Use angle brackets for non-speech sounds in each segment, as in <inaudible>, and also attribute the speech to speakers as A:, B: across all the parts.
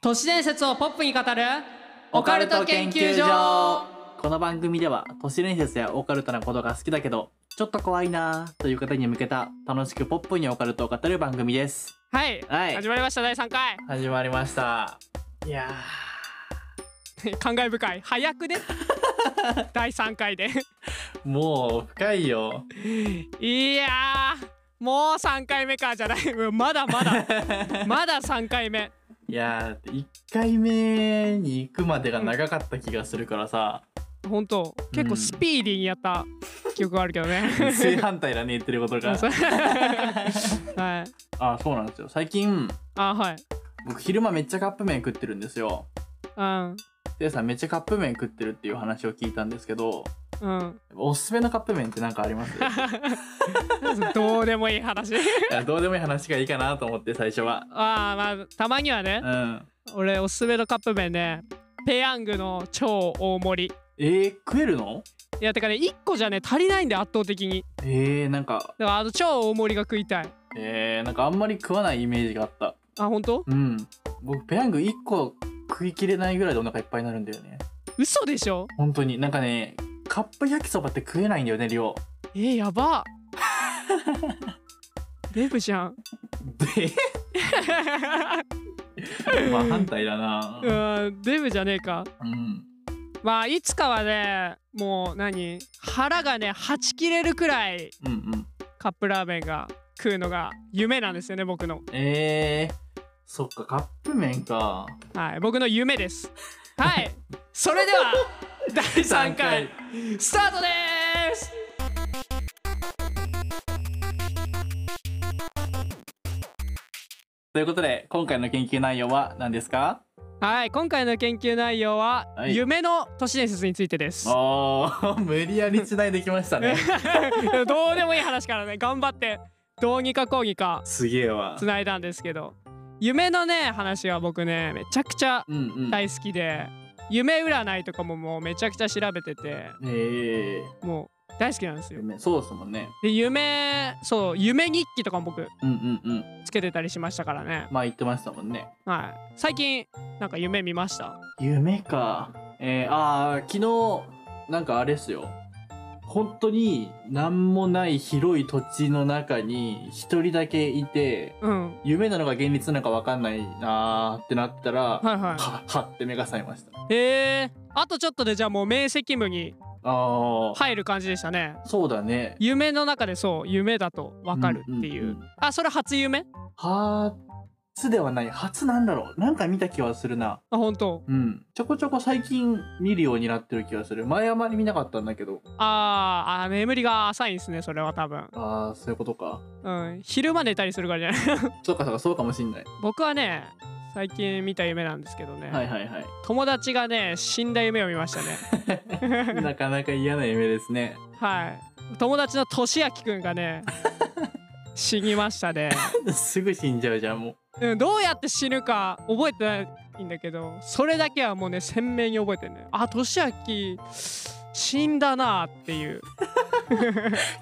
A: 都市伝説をポップに語る
B: オカルト研究所この番組では都市伝説やオカルトなことが好きだけどちょっと怖いなーという方に向けた楽しくポップにオカルトを語る番組です
A: はい、
B: はい
A: 始まりました第3回 <laughs>
B: 始まりましたいや
A: 感慨深い早
B: <laughs>
A: くね第3回で
B: ーもう深いよ
A: いやーもう3回目かじゃない <laughs> うんまだま
B: <laughs>
A: だまだ3回目
B: いやー1回目に行くまでが長かった気がするからさ
A: 本当結構スピーディーにやった記憶があるけどね
B: 正反対だね言ってることが
A: そう <laughs> はい
B: <laughs> あそうなんですよ最近
A: あはい
B: 僕昼間めっちゃカップ麺食ってるんですよ
A: うん
B: でさんめっちゃカップ麺食ってるっていう話を聞いたんですけど
A: うん、
B: おすすめのカップ麺って何かあり <laughs> ます
A: どうでもいい話
B: いやどうでもいい話がいいかなと思って最初は
A: あーまあたまにはね
B: うん
A: 俺おすすめのカップ麺ねペヤングの超大盛り
B: えー、食えるの
A: いやてかね1個じゃね足りないんで圧倒的に
B: えー、なんか
A: だからあの超大盛りが食いたい
B: えー、なんかあんまり食わないイメージがあった
A: あ本当
B: うん僕ペヤング1個食いきれないぐらいでお腹いっぱいになるんだよね
A: 嘘でしょ
B: 本当になんかねカップ焼きそばって食えないんだよね量
A: えー、やば <laughs> デブじゃん <laughs>
B: でまあ反対だな
A: うんデブじゃねえか
B: うん
A: まあいつかはねもう何腹がねはち切れるくらい
B: うんうん
A: カップラーメンが食うのが夢なんですよね僕の
B: えー、そっかカップ
A: <laughs>
B: 麺か
A: はい僕の夢ですはい <laughs> それでは第3回スタートでーす
B: ということで今回の研究内容は何ですか
A: はい今回の研究内容は、
B: はい
A: 夢の都市伝説についてですど
B: あー <laughs> 無理やりつないできまし
A: <laughs>
B: たね
A: うでもいい話からね頑張ってどうにかこうにか
B: すげえわ
A: つないだんですけど夢のね話は僕ねめちゃくちゃ
B: うんうん
A: 大好きで夢占いとかももうめちゃくちゃ調べてて
B: え
A: もう大好きなんです
B: ー、
A: よ
B: 夢そうですもんね
A: で夢そう夢日記とかも僕
B: うんうんうん
A: つけてたりしましたからね
B: まあ言ってましたもんね
A: はい最近なんか夢見ました
B: 夢かえー、あー昨日なんかあれっすよ本当に何もない広い土地の中に一人だけいて
A: うん
B: 夢なのか現実なのか分かんないなーってなったら、は
A: はいは
B: っはって目が覚めました
A: いへえあとちょっとでじゃあもう明晰夢に
B: あー、
A: 入る感じでしたね
B: そうだね
A: 夢の中でそう夢だとわかるっていう,、
B: んんん
A: あそれ初夢
B: 初ではない初なんだろうなんか見た気はするな
A: あ本当
B: うんちょこちょこ最近見るようになってる気がする前あまり見なかったんだけど
A: あーあー眠りが浅いんですねそれは多分、
B: ああそういうことか
A: うん、昼間寝たりするからじゃない <laughs>
B: そうかそうかそうかもしんない
A: 僕はね最近見た夢なんですけどね、
B: はいはいはい
A: 友達がね死んだ夢を見ましたね
B: <laughs> なかなか嫌な夢ですね。 <laughs>
A: はい友達のとしあきくんがね死にましたね、
B: すぐ死んじゃうじゃん、も
A: うん、どうやって死ぬか覚えてないんだけどそれだけはもうね鮮明に覚えてるねあとしあき死んだなっていう
B: う。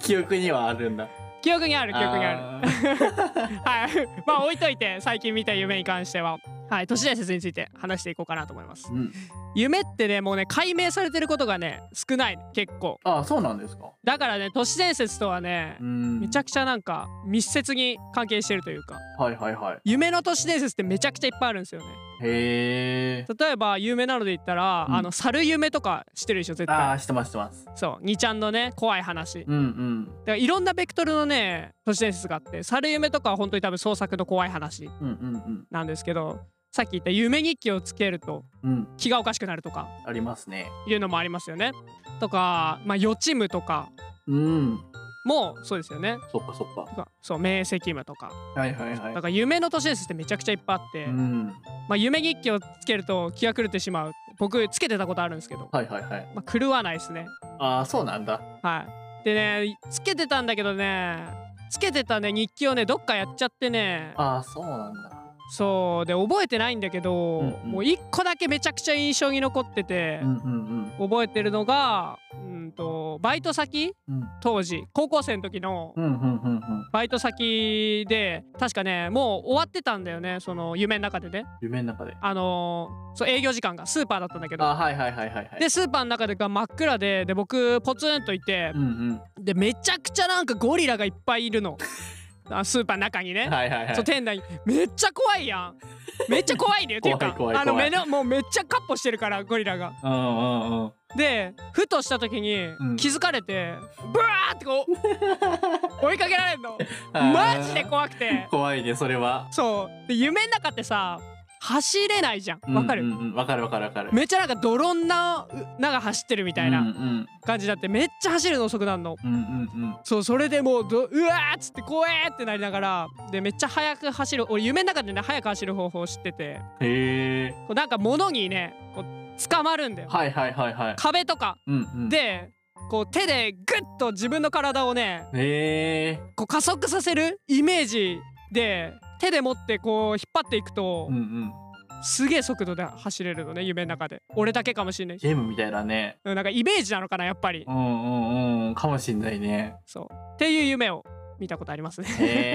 B: 記憶にはあるんだ。
A: 記憶にある <laughs> 記憶にある
B: る。
A: はい <laughs> まあ置いといて最近見た夢に関してははい都市伝説について話していこうかなと思います
B: うん、
A: 夢ってねもうね解明されてることがね少ない結構
B: ああ、そうなんですか。
A: だからね都市伝説とはね
B: うん。
A: めちゃくちゃなんか密接に関係してるというか
B: はいはいは
A: 夢の都市伝説ってめちゃくちゃいっぱいあるんですよね
B: い。へえ。
A: 例えば有名なので言ったら、
B: うん
A: あの猿夢とかしてるでしょ絶
B: あ
A: 対
B: あ、してますしてます。
A: そう2ちゃんのね怖い話だか
B: うんうん。
A: らいろんなベクトルのね都市伝説があって猿夢とかは本当に多分創作の怖い話
B: うんうん
A: なんですけどさっき言った夢日記をつけると
B: うん。うん、
A: 気がおかしくなるとか
B: ありますね。
A: いうのもありますよねとかまあ予知夢とか
B: うん。
A: もそうですよね
B: そっかそっか。
A: とかそう明晰夢とか
B: はいはいは
A: だ
B: い
A: か。ら夢の都市伝説ってめちゃくちゃいっぱいあって、
B: うん。
A: まあ、夢日記をつけると気が狂ってしまう僕つけてたことあるんですけど、
B: はいはいはい。
A: まあ、狂わないですね
B: ああ、そうなんだ。
A: はいでねつけてたんだけどねつけてたね日記をねどっかやっちゃってね
B: ああ、そうなんだ。
A: そうで覚えてないんだけど、
B: うんうん
A: もう一個だけめちゃくちゃ印象に残ってて
B: う、んうん
A: 覚えてるのがうんとバイト先
B: うんうん
A: 当時高校生の時の
B: うんうんうんうん
A: バイト先で確かねもう終わってたんだよねその夢の中でね
B: 夢の中で
A: あのーそう営業時間がスーパーだったんだけど
B: あはいはいはいはいはい
A: でスーパーの中でが真っ暗でで僕ポツンといて
B: うんうん
A: でめちゃくちゃなんかゴリラがいっぱいいるのあスーパーの中にね、
B: はいはいはい
A: そう店内にめっちゃ怖いやんめっちゃ怖い
B: <laughs>
A: ねっていうか
B: 怖い怖い怖い
A: あの目のもうめっちゃカッポしてるからゴリラが
B: うんうんうん
A: でふとした時に
B: ん
A: 気づかれて、ブワーってこ
B: <laughs>
A: う追いかけられんの
B: あ
A: マ
B: ー
A: ジで怖くて
B: 怖いねそれは
A: そうで夢の中ってさ走れないじゃんわかる、
B: うんうんうんわかるわかるわかるみ
A: めっちゃなんか泥んなうなんか走ってるみたいな、
B: うんうん
A: 感じだってめっちゃ走るの遅くなるの
B: うんうん
A: そうそれでもうどうわーっつって怖えってなりながらでめっちゃ速く走る俺夢の中でね速く走る方法を知ってて
B: うんへえ
A: こうなんか物にねこう捕まるんだよ
B: はいはいはいはい
A: 壁とか
B: うんうん
A: でこう手でグッと自分の体をね
B: へえ
A: こう加速させるイメージで手で持ってこう引っ張っていくと
B: うんうん
A: すげえ速度で走れるのね夢の中で俺だけかもしれない
B: ゲームみたいだね
A: うんなんかイメージなのかなやっぱり
B: うんうんうんかもしんないね
A: そうっていう夢を見たことありますね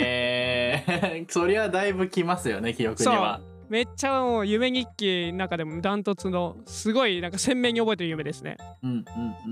B: へえ <laughs> そりゃだいぶきますよね記憶には
A: <laughs> めっちゃもう夢日記の中でもダントツのすごいなんか鮮明に覚えてる夢ですね。
B: うんうん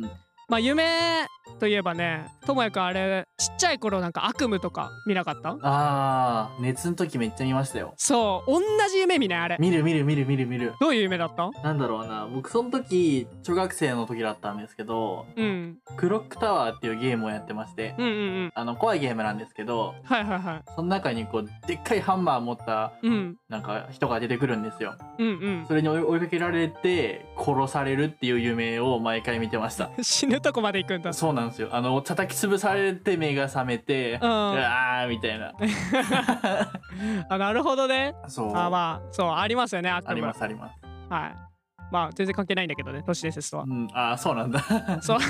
B: うん
A: まあ夢といえばね、ともやくんあれちっちゃい頃なんか悪夢とか見なかった？
B: あー熱の時めっちゃ見ましたよ
A: そう、同じ夢見ないあれ。
B: 見る見る見る見る見る
A: どういう夢だった？
B: なんだろうな僕その時小学生の時だったんですけど
A: うん、
B: クロックタワーっていうゲームをやってまして
A: うんうんうん。
B: あの怖いゲームなんですけど
A: はいはいはい。
B: その中にこうでっかいハンマー持った
A: うん
B: なんか人が出てくるんですよ
A: うんうん
B: それに追い追いかけられて殺されるっていう夢を毎回見てました。
A: <laughs> 死ぬとこまで行くん <laughs> だ。
B: そうなんですよあの叩き潰されて目が覚めて
A: うん。
B: う
A: あ、
B: わーみたい
A: <laughs>
B: な
A: なるほどね。
B: そう
A: あ、まあそうありますよね悪夢。
B: ありますあります
A: はい。まあ全然関係ないんだけどね、都市伝説とは
B: う。んあーそうなんだ
A: そう。 <laughs> こ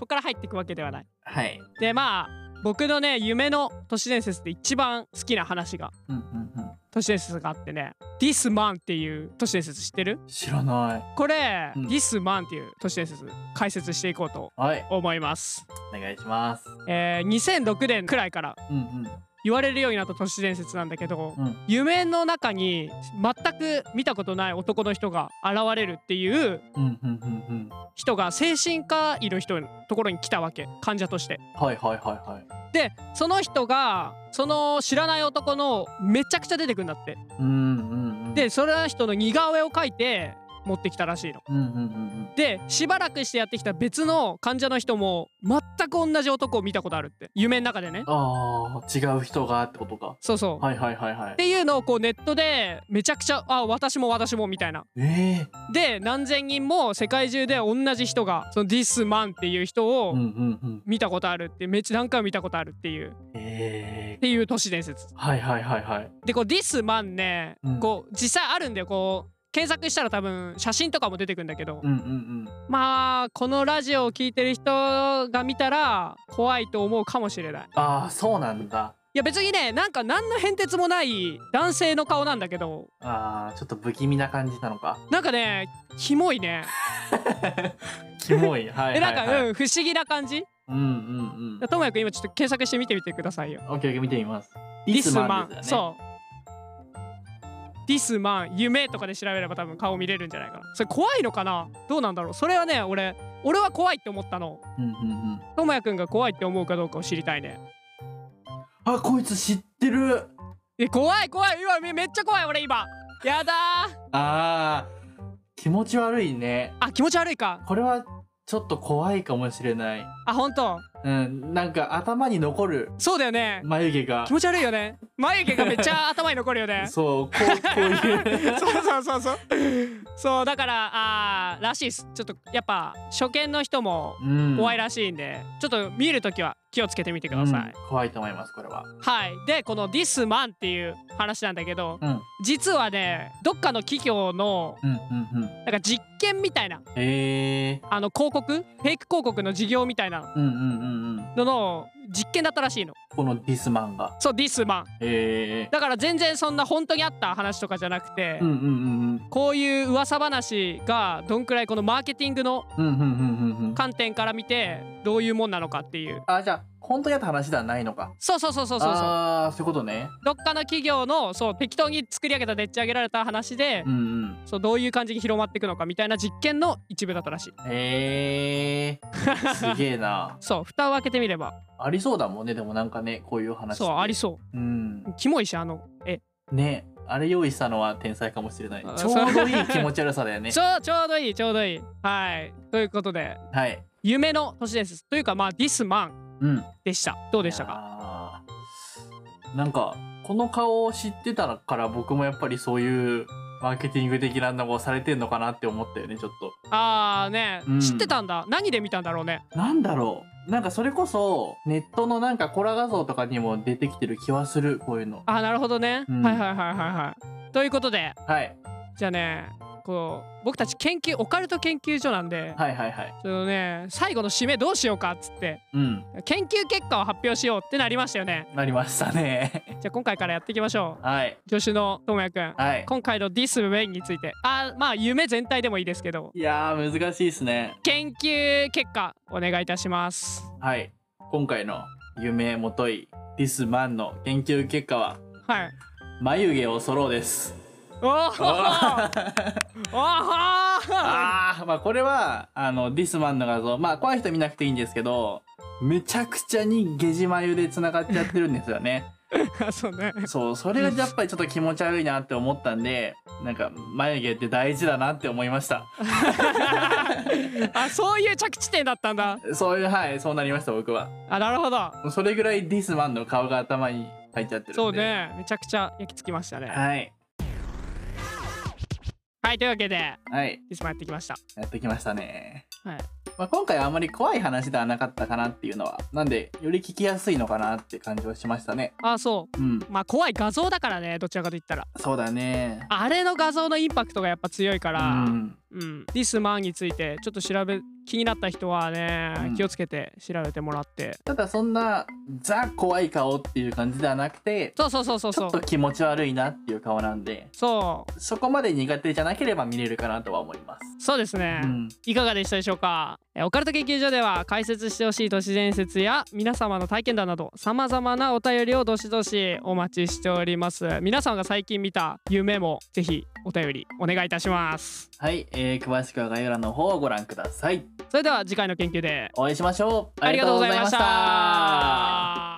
A: こから入っていくわけではない。
B: <laughs> はい
A: でまあ僕のね夢の都市伝説で一番好きな話が
B: うんうん
A: 都市伝説があってね「This Man」っていう都市伝説知ってる
B: うん知らない
A: これ「
B: うん
A: This Man」っていう都市伝説解説していこうと
B: はい
A: 思います、
B: お願いします
A: えー2006年くらいから
B: うんうん
A: 言われるようになった都市伝説なんだけど、
B: うん
A: 夢の中に全く見たことない男の人が現れるっていう
B: うんうんうんうん
A: 人が精神科医の人のところに来たわけ患者として。
B: はいはいはいはい
A: でその人がその知らない男のめちゃくちゃ出てくるんだって
B: うんうんうん
A: でその人の似顔絵を描いて持ってきたらしいの。
B: うんうんうん
A: でしばらくしてやってきた別の患者の人も全く同じ男を見たことあるって夢の中でね
B: うんああ違う人がってことか
A: そうそう、っ
B: はいはいはいはい
A: ていうのをこうネットでめちゃくちゃ「あ私も私も」みたいな
B: ええ
A: で何千人も世界中で同じ人がその「This Man」っていう人
B: ー、
A: を
B: うんうんうん
A: 見たことあるってめっちゃ何回も見たことあるっていう
B: ええ
A: っていう都市伝説
B: はいはいはいはい
A: でこう「This Man ね」
B: うん
A: こう実際あるんだよこう検索したら多分写真とかも出てくるんだけど、
B: うんうん
A: まあこのラジオを聞いてる人が見たら怖いと思うかもしれないい
B: ああそうなんだ
A: や別にねなんか何の変哲もない男性の顔なんだけど
B: あーちょっと不気味な感じなのか <laughs>
A: なんかねキモいね
B: キモいはい
A: え
B: は
A: なん
B: い、
A: か、
B: はい、
A: うん不思議な感じ
B: うんうんうん
A: ともやくん今ちょっと検索してみてみてくださいよ
B: オッケーオッケー見てみます
A: 「ディスマン」
B: です
A: そ
B: よね
A: う「ディスマン夢」とかで調べれば多分顔見れるんじゃないかなそれ怖いのかなどうなんだろうそれはね俺俺は怖いって思ったの
B: ううんうんうん
A: ともやくんが怖いって思うかどうかを知りたいね
B: あこいつ知ってる
A: え怖い怖い今めめっちゃ怖い俺今やだー
B: あー気持ち悪いね
A: あ気持ち悪いか
B: これはちょっと怖いかもしれない
A: あ本当
B: うんなんか頭に残る
A: そうだよね
B: 眉毛が
A: 気持ち悪いよね眉毛がめっちゃ頭に残る <laughs> よね
B: そうこうこう
A: <laughs>
B: いう
A: そうそうそうそうそうだからあーらしいですちょっとやっぱ初見の人も
B: うん
A: 怖い
B: ら
A: らしいんで、ちょっと見るときは気をつけてみてください、
B: 怖いと思いますこれは
A: はいでこの「This Man」っていう話なんだけど
B: うん
A: 実はねどっかの企業の
B: うんうんうん
A: なんか実験みたいな
B: えー
A: あの広告フェイク広告の事業みたいなの
B: うんうんうんうん
A: のの実験だったらしいの
B: このディスマンが
A: そうディスマン
B: え
A: だから全然そんな本当にあった話とかじゃなくて、
B: ー、うんうんうん
A: こういう噂話がどんくらいこのマーケティングの
B: うんうんうんうんうんうん
A: 観点から見てどういうもんなのかっていう
B: あじゃあ本当にあった話ではないのか
A: そうそうそうそうそうそう
B: ああそういうことね
A: どっかの企業のそう適当に作り上げたでっち上げられた話で、
B: うんうん
A: そうどういう感じに広まっていくのかみたいな実験の一部だったらしい
B: え
A: <laughs>
B: ー、すげえな
A: そう蓋を開けてみれば
B: ありそうだもんねでもなんかねこういう話
A: そうあり
B: そ
A: そう
B: うん
A: うキモいしあのえ
B: ねあれ用意したのは天才かもしれない
A: あ
B: ちょうどいい気持ち悪さだよね
A: ちょちょうどいいちょうどいいはいということで
B: はい
A: 夢の都市伝説というかまあディスマン
B: うん
A: でしたどう
B: で
A: でしたか
B: かなんかこの顔を知ってたから僕もやっぱりそういうマーケティング的なのをされてんのかなって思ったよねちょっと
A: あーね、
B: うん
A: 知ってたんだ何で見たんだろうね
B: なんだろうなんかそれこそネットのなんかコラ画像とかにも出てきてる気はするこういうの
A: あーなるほどね、
B: うん
A: はいはいはいはいはいということで
B: はい
A: じゃあねこう僕たち研究オカルト研究所なんで、
B: はいはいはい
A: ちょっとね最後の締めどうしようかっつって
B: うん
A: 研究結果を発表しようってなりましたよね
B: なりましたね <laughs>
A: じゃあ今回からやっていきましょ
B: はいう
A: 助手のともやくん
B: はい
A: 今回のディスメインについてあーまあ夢全体でもいいですけど
B: いやー難しいですね
A: 研究結果お願いいたします
B: はい今回の夢もといディスマンの研究結果は
A: はい
B: 眉毛を揃うです
A: おーおー
B: ああ、まあこれは、あの、ディスマンの画像。まあ怖い人見なくていいんですけど、めちゃくちゃにゲジ眉で繋がっちゃってるんですよね。 <laughs>
A: <laughs> そうね
B: そう、それがやっぱりちょっと気持ち悪いなって思ったんで、なんか眉毛って大事だなって思いました。
A: あそういう着地点だったんだ
B: そういう、はい、そうなりました僕は。
A: あなるほど
B: それぐらいディスマンの顔が頭に入っちゃってるんで。
A: そう。ねめちゃくちゃ焼き付きましたね
B: はい。
A: はいというわけで
B: はい。
A: いつもやってきました
B: やってきましたね。
A: はい
B: まあ、今回はあまり怖い話ではなかったかなっていうのは、なんで、より聞きやすいのかなって感じはしましたね。
A: あそう
B: うん。
A: まあ怖い画像だからねどちらかと言ったら
B: そうだね。
A: あれの画像のインパクトがやっぱ強いから、う
B: う
A: ん
B: ん、
A: ディスマンについてちょっと調べ気になった人はね、
B: うん
A: 気をつけて調べてもらって
B: ただそんなザ怖い顔っていう感じではなくて
A: そうそうそうそう
B: ち
A: そ
B: ょ
A: う
B: っと気持ち悪いなっていう顔なんで
A: そう
B: そこまで苦手じゃなければ見れるかなとは思います。
A: そうですね、
B: うん、
A: いかがでしたでしょうかえーオカルト研究所では解説してほしい都市伝説や皆様の体験談など様々なお便りをどしどしお待ちしております皆さんが最近見た夢もぜひお便りお願いいたします
B: はい、えー、詳しくは概要欄の方をご覧ください。
A: それでは次回の研究で
B: お会いしましょう。
A: ありがとうございました